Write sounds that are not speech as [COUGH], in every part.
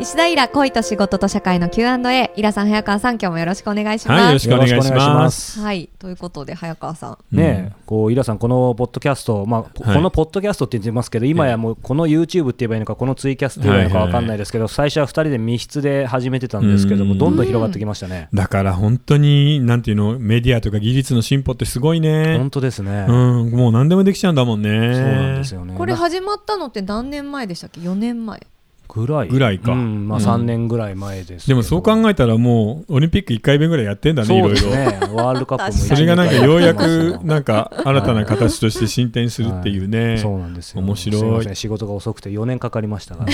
石田イラ恋と仕事と社会の Q&A イラさん早川さん今日もよろしくお願いします、はいはよいろしくお願いしますよろくお願いすということで早川さんねえ、こうイラさん、このポッドキャスト、まあ、こはいこのポッドキャストって言ってますけど、今やもうこの YouTube って言えばいいのか、このツイキャスって言えばいいのかはい分かんないですけど、最初は2人で密室で始めてたんですけどうも、んどんどん広がってきましたね。だから本当に、なんていうの、メディアとか技術の進歩ってすごいね本。当ですね、うん、もう何でもできちゃうんだもんね。そうなんですよね。これな始まったのって何年前でしたっけ4年前ぐらいぐらいかうんまあ、うん3年ぐらい前ですでけど。もそう考えたらもう、オリンピック1回目ぐらいやってんだね、いそろうでいすろ。ね、ワールドカップもそれがなんかようやく、んなんか新たな形として進展するっていうね。そうなんですよ面白いすません仕事が遅くて4年かかりましたが、 [LAUGHS] い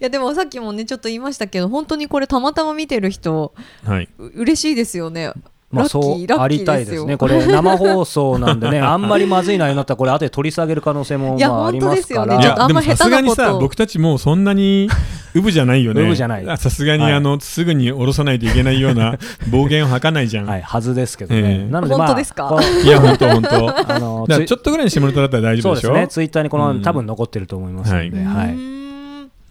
やでもさっきもねちょっと言いましたけど本当にこれたまたま見てる人はい。う嬉しいですよねまあ、ラッそキーうラッあキーりたいですでよすね、これ、生放送な [LAUGHS] んでね、あんまりまずい内容になったら、これ、後で取り下げる可能性もいまやあありますか本当ら、ですよいねちょっとあや、んでまも下手なさすがにことさ、を僕たちもうそんなに、うぶじゃないよね。うぶじゃないあさすがに、はいあの、すぐに下ろさないといけないよう [LAUGHS] な暴言を吐かないじゃん。はい、はずですけどね。ええなので、まあ、本当ですかこういや、本当本当。あの [LAUGHS] だかツらイちょっとぐらいの下ネタだったら大丈夫ですそうでしょね、ツイッターにこの、うん多分残ってると思いますうので、はい。ーん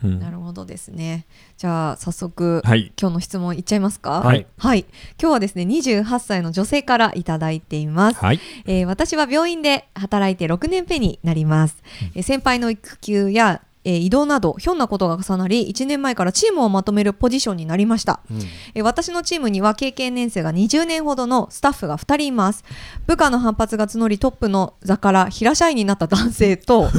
うんなるほどですねじゃあ早速、はい。今日の質問いっちゃいますかはい今日はですね28歳の女性からいただいています、はい。えー私は病院で働いて6年目になります、えー先輩の育休や、えー移動などひょんなことが重なり1年前からチームをまとめるポジションになりました、うんえー私のチームには経験年生が20年ほどのスタッフが2人います部下の反発が募りトップの座から平社員になった男性 [LAUGHS] と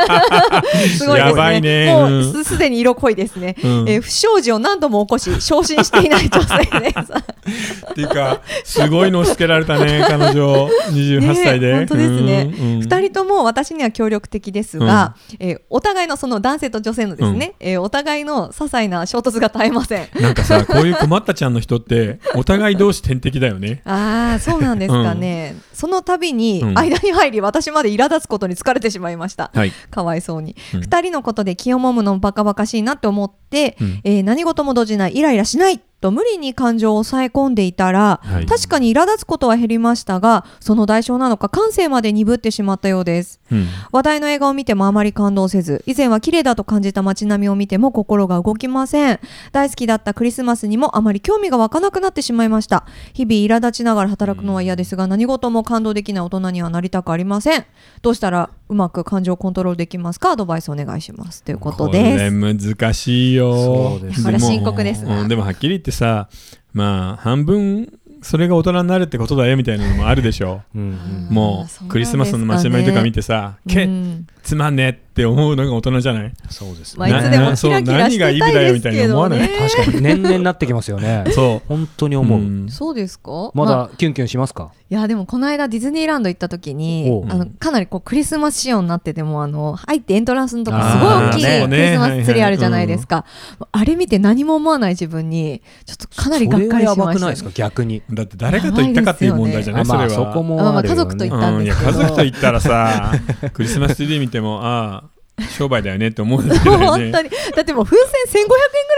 すごいですねやばいねもううんすすでに色濃いですね、うんえー不祥事を何度も起こし昇進していない女性ですっていうか、すごいの押し付けられ [LAUGHS] たね、彼女。28歳で。ね本当ですねうんうん2人とも私には協力的ですが、えーお互いのその男性と女性のですね、えーお互いの些細な衝突が絶えま [LAUGHS] せんなんかさ、こういう困ったちゃんの人って、お互い同士天敵だよね。ああそうなんですかね、その度にうん間に入り私まで苛立つことに疲れてしまいました、はい。かわいそうに、う二ん2人のことで気をもむのもバカバカしいなって思って、うんえー何事も動じないイライラしないと無理に感情を抑え込んでいたら、はい確かに苛立つことは減りましたがその代償なのか感性まで鈍ってしまったようですうん話題の映画を見てもあまり感動せず以前は綺麗だと感じた街並みを見ても心が動きません大好きだったクリスマスにもあまり興味が湧かなくなってしまいました日々苛立ちながら働くのは嫌ですが何事も感動できない大人にはなりたくありませんどうしたらうまく感情をコントロールできますかアドバイスお願いしますということですこれ難しいよ。そうですねだから深刻ですなうんでもはっきり言ってさ、まあ、半分、それが大人になるってことだよみたいなのもあるでしょ。うんうんうんもそうなんですかう、ねクリスマスの街並みとか見てさ、うけんつまんねえって思うのが大人じゃないそうですまあ、ね。いつでもなキラキラしてたいですけそう何がいいぐらいよみたいな思どわなねい確かに、年々なってきますよね。 [LAUGHS] そ本当にう。思う。んそうですかまだキュンキュンしますかいやでもこの間ディズニーランド行った時におうあのかなりこうクリスマス仕様になっててもあの入ってエントランスのとこすごい大きいあーそクうねリスマスツリーあるじゃないですかあ,、れ見て何も思わない自分にちょっとかなりがっかりしました、ね、それはやばくないですか逆に。だって誰かと行ったかっていう問題じゃない、あそれまは。あ、そこもまあまああるよね家族と行ったんうん、いでやすけ家ど族と行ったらさ [LAUGHS] クリスマスツリー見てもああ商売だよねって思うんですけど [LAUGHS] 本ね当にだってもう風船1500円ぐ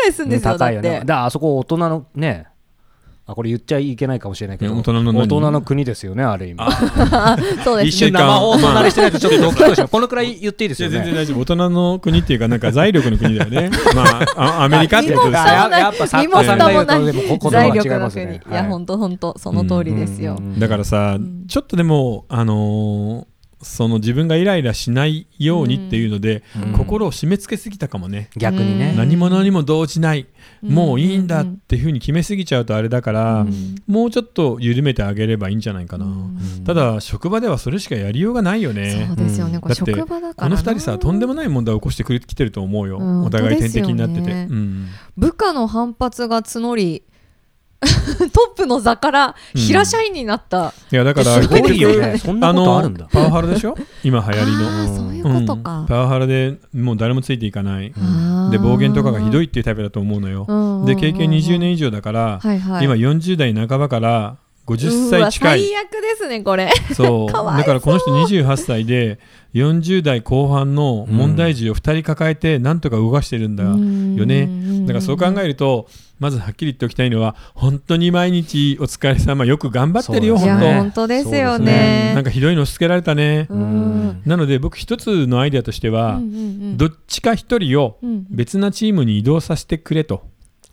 らいするんですよ、高いだっよて、ねだからあそこ大人のねあこれ言っちゃいけないかもしれないけどえ大人の何大人の国ですよねあれ今そうですね一瞬生放送慣れしてないとちょっとドキッと [LAUGHS] しまうこのくらい言っていいでいすやよ全然ね大丈夫大人の国っていうかなんか財力の国だよねまああアメリカってこと身もです蓋よもないやっぱサッカーさんが言うとでもここ財言葉力は違のいます国、よねいやはい本当本当その通りですよ、うんだからさ、ちょっとでもあのーその自分がイライラしないようにっていうので、うん心を締め付けすぎたかもね、逆にうんね何も何も動じない、うんもういいんだっていうふうに決めすぎちゃうとあれだから、うんもうちょっと緩めてあげればいいんじゃないかな、ただ職場ではそれしかやりようがないよねそうですよね、うんこれだって職場だかこらなの2人さとんでもない問題を起こしてくれきてると思うよ、うんお互い天敵になってて、本当ですよねうん部下の反発が募り [LAUGHS] トップの座から平社員になった、いやだからすすごごいいよよねねそんなあことあるのんだパワハラでしょ今流行りの、あーそういうことか、パワハラでもう誰もついていかない、あーで暴言とかがひどいっていうタイプだと思うのよ、うんうんで経験20年以上だから、はいはい今40代半ばから50うわ歳近い最悪ですねこれそうかわいそうだからこの人28歳で40代後半の問題児を2人抱えてなんとか動かしてるんだよね、うんだからそう考えるとまずはっきり言っておきたいのは本当に毎日お疲れ様よく頑張ってるよいそう本やですね当本当ですよそうね。なんかひどいの押し付けられたね、うんうんなので僕一つのアイデアとしてうんうは、んどっちか一人をうん別なチームに移動させてくれと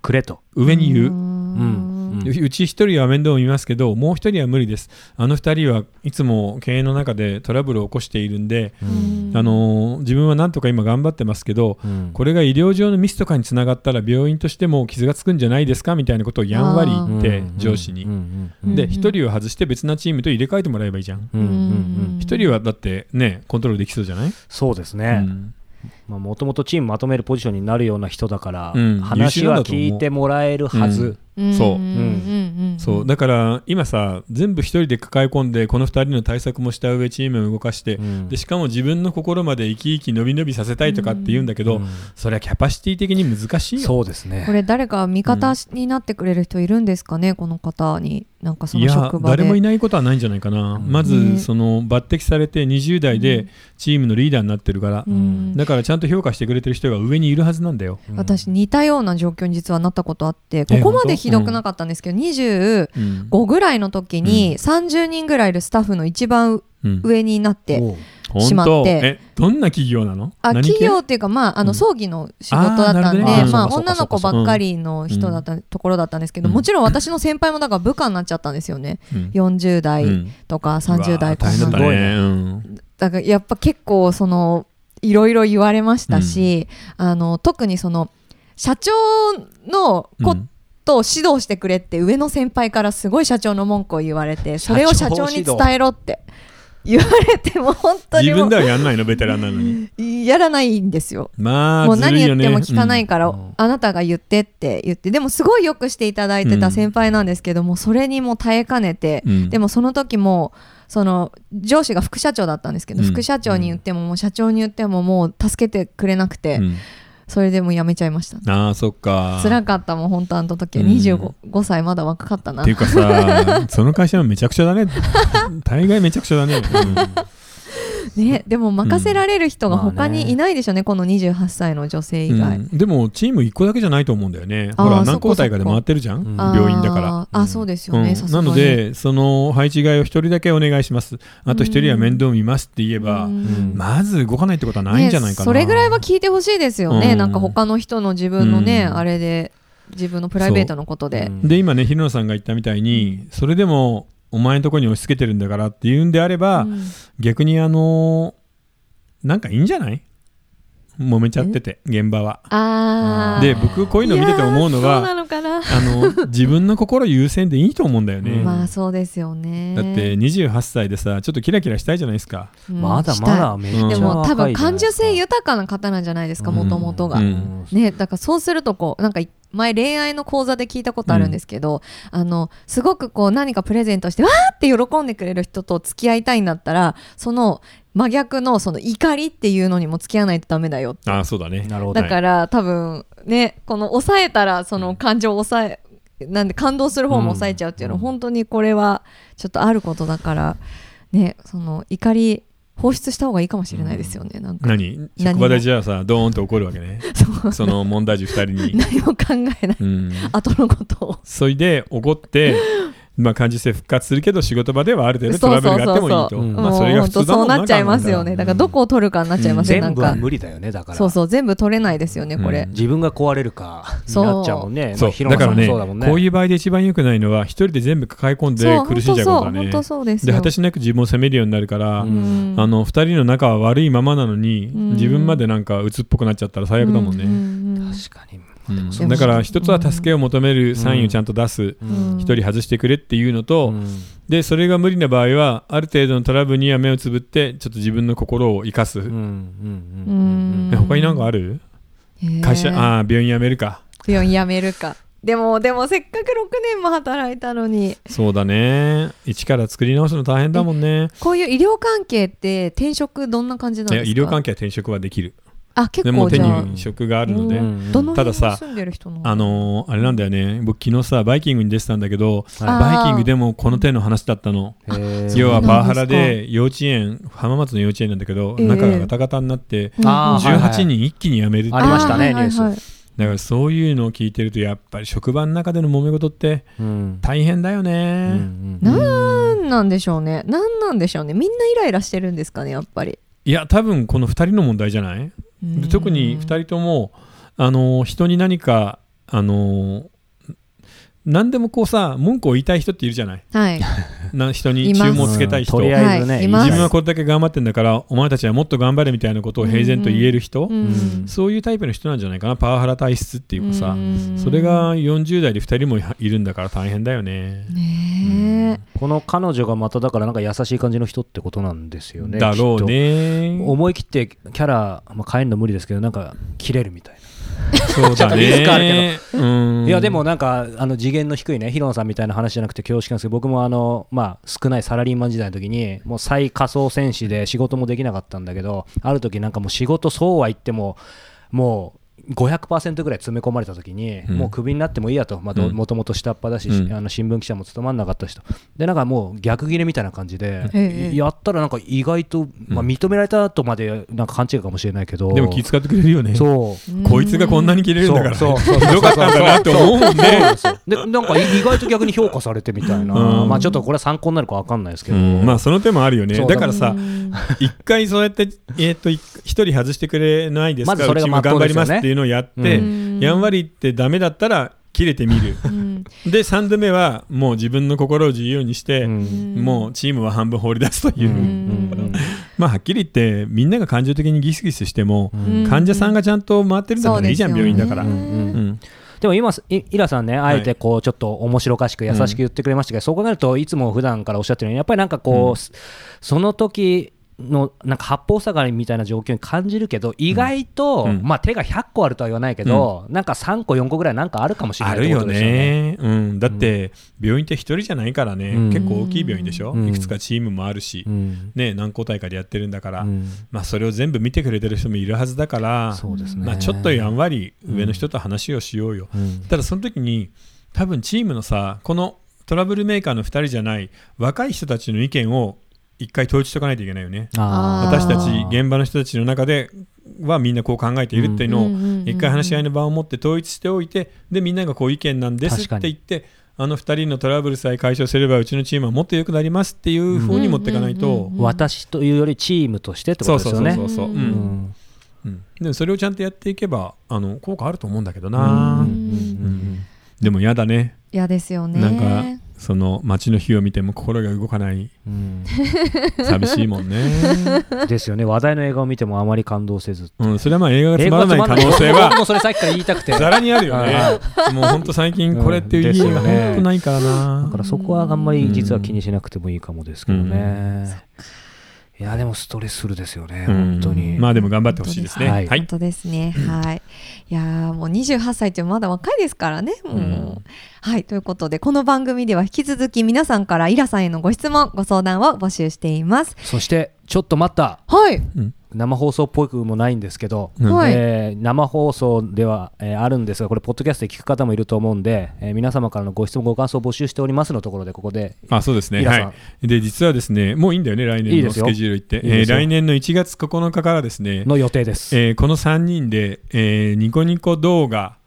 くれと。上に言う、うんうんううち一人は面倒を見ますけどもう一人は無理ですあの二人はいつも経営の中でトラブルを起こしているんで、うんあのー自分はなんとか今頑張ってますけどうんこれが医療上のミスとかにつながったら病院としても傷がつくんじゃないですかみたいなことをやんわり言ってうん上司にうんうんうんで一人を外して別なチームと入れ替えてもらえばいいじゃんうんうんうんうん一人はだってねコントロールできそうじゃない、そうですうね、んまあもともとチームまとめるポジションになるような人だから、うん話は聞いてもらえるはず、うんそうんんんそうだから今さ全部一人で抱え込んでこの二人の対策もした上チームを動かしてうんでしかも自分の心まで生き生き伸び伸びさせたいとかって言うんだけど、うんそれはキャパシティ的に難しいよ。そうですねこれ誰か味方になってくれる人いるんですかね、この方になんかそいのや職場で誰もいないことはないんじゃないかな、うんまねずその抜擢されて20代うでんチームのリーダーになってるから、うんだからちゃんと評価してくれてる人が上にいるはずなんだよ、うん私似たような状況に実はなったことあってここまでひどくなかったんですけど、25うんぐらいの時に30人ぐらいいるスタッフの一番うん上になって、おうしまっ本当てえどんな企業なのあ何系企業っていうか、まあ、あうのん葬儀の仕事だったんで、あーなるほどねまあ、あーそうか女の子そうかばっかりの人だった、ところだったんですけど、うんもちろん私の先輩もだから部下になっちゃったんですよね、うん40う代んとか30代うわー大変だったすごねいねうんだからやっぱ結構そのいろいろ言われましたし、あの特にその社長のうこんとを指導してくれって上の先輩からすごい社長の文句を言われてそれを社長に伝えろって言われても本当に自も分ではやんないのベテランなのにうやらないんですよ。まあもう何ずる言っいよねても聞かないから、うんあなたが言ってって言ってでもすごいよくしていただいてた先輩なんですけども、それにも耐えかねて、うんでもその時もその上司が副社長だったんですけど、うん副社長に言ってももう社長に言ってももう助けてくれなくて、うんうんそれでもう辞めちゃいましたああそっか辛かったもん本当あの時はうん25、5歳まだ若かったなっていうかさその会社はめちゃくちゃだね [LAUGHS] 大概めちゃくちゃだね、ねでも任せられる人がうんま他あねにいないでしょうね,、この28歳の女性う以ん外、でもチーム1個だけじゃないと思うんだよねあーほらそ何っか交代かで回ってるじゃん、そっかあー病院だからあそうですようね、んさすがなにのでその配置替えを1人だけお願いしますあと1人は面倒見ますって言えば、うんまず動かないってことはないんじゃないかな、ねそれぐらいは聞いてほしいですよね、うんなんか他の人の自分のね、うんあれで自分のプライベートのことでうんで今ね平野さんが言ったみたいにそれでもお前のとこに押し付けてるんだからっていうんであれば、うん逆にあのーなんかいいんじゃない揉めちゃってて現場はあーで僕こういうの見てて思うのいやーそうなはのかな、あの自分の心優先でいいと思うんだよね、うんまあそうですよねだって、28歳でさちょっとキラキラしたいじゃないですか、うんまだまだめっちゃしたいでも多若分いじゃな感いで受すか性豊かな方なんじゃないですかもともとが、うんね、だからそうするとこうなんかい前恋愛の講座で聞いたことあるんですけど、あのすごくこう何かプレゼントしてわーって喜んでくれる人と付き合いたいんだったらその真逆のその怒りっていうのにも付き合わないとダメだよってああそうだねなるほどだから多分ねこの抑えたらその感情を抑えなんで感動する方も抑えちゃうっていうのはうん本当にこれはちょっとあることだからねその怒り放出した方がいいかもしれないですよねなんか何何も職場でじゃあさドーンと怒るわ [LAUGHS] けねそうその問題児2人に、何も考えないうん、後のことを。それで [LAUGHS] 怒ってまあ感受性復活するけど仕事場ではある程度トそラうブそうルがあってもいいそうとそううんまあもうそれが普本当通だそもうんなっちゃいますようねんだからどこを取るかになっちゃいますね、全部なはんか無理だよねだからそうそう全部取れないですよねこれ、自分が壊れるかにそうなっちゃうもんねそうまあヒロだナかさんらもねそうだもんねこういう場合で一番良くないのは一人で全部抱え込んでそう苦しんじゃうことだね本当そう本当そうですでよ果てしなく自分を責めるようになるから、うんあの二人の仲は悪いままなのに、うん自分までなんか鬱っぽくなっちゃったら最悪だもんね、ね確かにうんそうだから一つは助けを求めるサインをちゃんと出すううんん一、人外してくれっていうのと、うんでそれが無理な場合はある程度のトラブルには目をつぶってちょっと自分の心を生かす、うんうんうんえ他に何かある、会社ああ病院辞めるか病院辞めるかでもでもせっかく6年も働いたのにそうだね一から作り直すの大変だもんねこういう医療関係って転職どんな感じなんいでやすか医療関係は転職はできるあ結でも構手じゃあに職があるので、ううんどのた辺だにさ住んでる人のあのーあれなんだよね僕昨日さバイキングに出てたんだけどあーバイキングでもこの手の話だったのへー要はそうなんですかパワハラで幼稚園浜松の幼稚園なんだけど、ええ中がガタガタになってうんあーはいはい18人一気に辞めるっていうありましたねはいはいはいニューだからそういうのを聞いてるとやっぱり職場の中での揉め事ってうん大変だようね、んななんなんでしょうねなんなんでしょうねみんなイライラしてるんですかねやっぱりいや多分この2人の問題じゃないで特に2人ともあの人に何かあの何でもこうさ文句を言いたい人っているじゃないはいな人にいます注文をつけたい人とりあえずね、はいいます自分はここれだけ頑張ってんだからお前たちはもっと頑張れみたいなことを平然と言える人、うんそういうタイプの人なんじゃないかなパワハラ体質っていうかさ、うんそれが40代で2人もいるんだから大変だよね。ねの彼女がまただからなんか優しい感じの人ってことなんですよねだろうきっねと。思い切ってキャラ、まあ、変えるの無理ですけどなんか切れるみたいなそうだちょっとリスクあねる。うんいやでもなんかあの次元の低いねヒロンさんみたいな話じゃなくて恐縮なんですけど僕もあのまあ少ないサラリーマン時代の時にもう最下層戦士で仕事もできなかったんだけどある時なんかもう仕事そうは言ってももう500%ぐらい詰め込まれた時に、うんもうクビになってもいいやと、まあどうんもともと下っ端だし、うんあの新聞記者も務まんなかったしとでなんかもう逆切れみたいな感じで、ええやったらなんか意外と、まあ、認められたとまでなんか勘違いかもしれないけどでも気遣ってくれるよね。そううんこいつがこんなに切れるんだから、ひそうそうそうどかったんだなって思うもんそうなんね。ですよでなんか意外と逆に評価されてみたいな、うんまあちょっとこれは参考になるかわかんないですけうど、んまあその手もあるよね。そうだからうさ、ん一回そうやって、えっと、一一人外してくれないですか、まずそうれちがもまっと頑う張でりすよねますっていうのをやってう、やんわり言ってダメだったら切れてみる。うんで、3度目はもう自分の心を自由にして、うんもうチームは半分放り出すという、んまあはっきり言ってみんなが感情的にギスギスしても、うん患者さんがちゃんと回ってるんだからいいじゃん、そう病ですよね院だから、うんうんでも今いイラさんねあえてこうちょっと面白おかしく優しく言ってくれましたけど、そう考えるといつも普段からおっしゃってるようにやっぱりなんかこう、うんその時のなんか八方下がりみたいな状況に感じるけど意外と、うんまあ、手が100個あるとは言わないけど、なんか3個4個ぐらいなんかあるかもしれなあいっるてこよとですよね。ね、うん、だって病院って一人じゃないからね、うん結構大きい病院でしょ、うんいくつかチームもあるし、うんね、何交大会でやってるんだから、うんまあ、それを全部見てくれてる人もいるはずだから、そうですね、まあ、ちょっとやんわり上の人と話をしようよ、うんただその時に多分チームのさこのトラブルメーカーの2人じゃない若い人たちの意見を一回統一しとかないといけないよねあー私たち現場の人たちの中ではみんなこう考えているっていううのんをうんうんうん一回話し合いの場を持って統一しておいてでみんながこう意見なんですっ確かてに言ってあの2人のトラブルさえ解消すればうちのチームはもっと良くなりますっていう風に持っていかないうんうんうとんうん私というよりチームとしてってこそとうですそうよそうそうそうね。ううんうんんうんでもそれをちゃんとやっていけばあの効果あると思うんだけどなうんでもやだね嫌ですよねなんかその街の火を見ても心が動かないうん寂しいもんね、ですよね話題の映画を見てもあまり感動せずうん、それはまあ映画がつ映ま画らない可能性は僕もそれさっきから言いたくてざだらにあるよねはもうほんと最近これっていううん家がですよねほんとないからなからそこはあんまり実は気にしなくてもいいかもですけどねいやでもストレスフルですよねうん本当にまあでも頑張ってほしいですねはいは本い当ですね。はい。いやーもう28歳ってまだ若いですからね。もううんはい。ということで、この番組では引き続き皆さんからイラさんへのご質問、ご相談を募集しています。そしてちょっと待ったはい。うん生放送っぽくもないんですけどうんはいえー生放送では、えーあるんですが、これ、ポッドキャストで聞く方もいると思うんで、えー皆様からのご質問、ご感想を募集しておりますのところで、ここで、あそうですねイラさんはいで実はですねもういいんだよね来い年いのですスよケジュール行っていいえーですよ来年の1月9日からですね [LAUGHS] の予定です。えーこの3人で、えーニコニコ動画、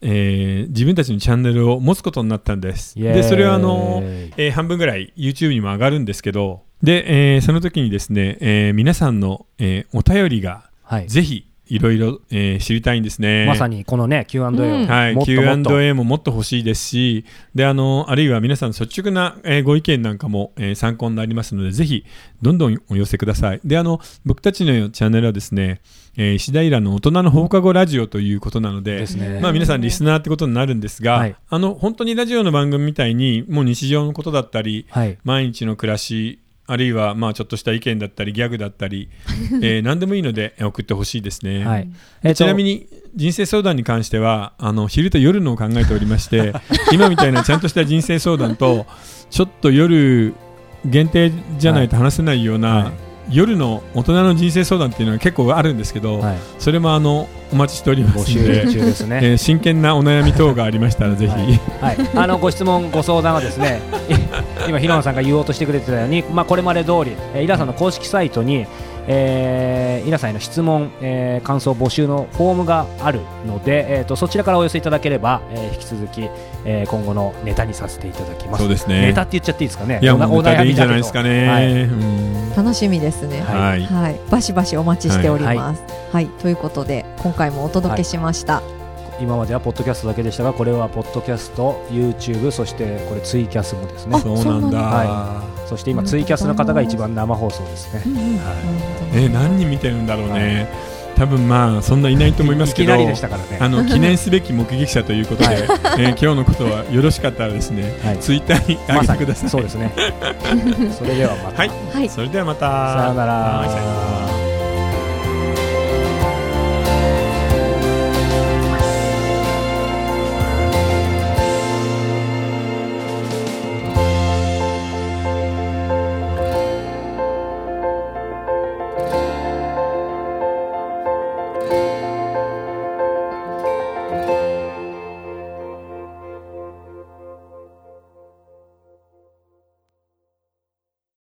えー自分たちのチャンネルを持つことになったんです。イエーイでそれはあの、えー半分ぐらい YouTube にも上がるんですけどで、えーその時にですね、えー皆さんの、えーお便りがはい、ぜひいろいろえー知りたいんですね。まさにこのね、Q&A を、う [LAUGHS] んはい、もっともっと Q&A ももっと欲しいですしであのあるいは皆さんの率直な、えーご意見なんかも、えー参考になりますのでぜひどんどんお寄せくださいであの僕たちのチャンネルはですね、えー石平の大人の放課後ラジオということなのでですね。まあ、皆さんリスナーってことになるんですが、はいあの本当にラジオの番組みたいにもう日常のことだったりはい、毎日の暮らしあるいはまあちょっとした意見だったりギャグだった [LAUGHS] り、えー何でもいいのでえー送ってほしいですね。はいでちなみに、に人生相談に関してはあの昼と夜のを考えておりまして [LAUGHS] 今みたいなちゃんとした人生相談とちょっと夜限定じゃないと話せないような、はい夜の大人の人生相談っていうのは結構あるんですけど、はい、それもあのお待ちしておりま募す集ので、中ですね。えー真剣なお悩み等がありましたらぜひ、はい、あのご質問、ご相談はですね、 [LAUGHS] い今、ひろのさんが言おうとしてくれてたように、まあ、これまで通り、えーイラさんの公式サイトに、えー、皆さんへの質問、えー感想募集のフォームがあるので、えー、とそちらからお寄せいただければ、えー引き続き、えー今後のネタにさせていただきますそうですねネタって言っちゃっていいですかねいやおなもうネタおで悩いいみんじゃだないけどですかはいね。うん楽しみですね。ははい。はい、バシバシお待ちしております。はい、ということで、今回もお届けしました。今まではポッドキャストだけでしたがこれはポッドキャスト YouTube そしてこれツイキャスもですねあそうなんだ。はそして今ツイキャスの方が一番生放送ですねうんうんはいえー何人見てるんだろうね。多分まあそんないないと思いますけどきな。りでしたからね [LAUGHS] あの記念すべき目撃者ということで、えー今日のことはよろしかったらですね、はいツイッターにあまげさてにください。 [LAUGHS] そうですねそれではまた、はいはい。それではまた。さようならはいさようなら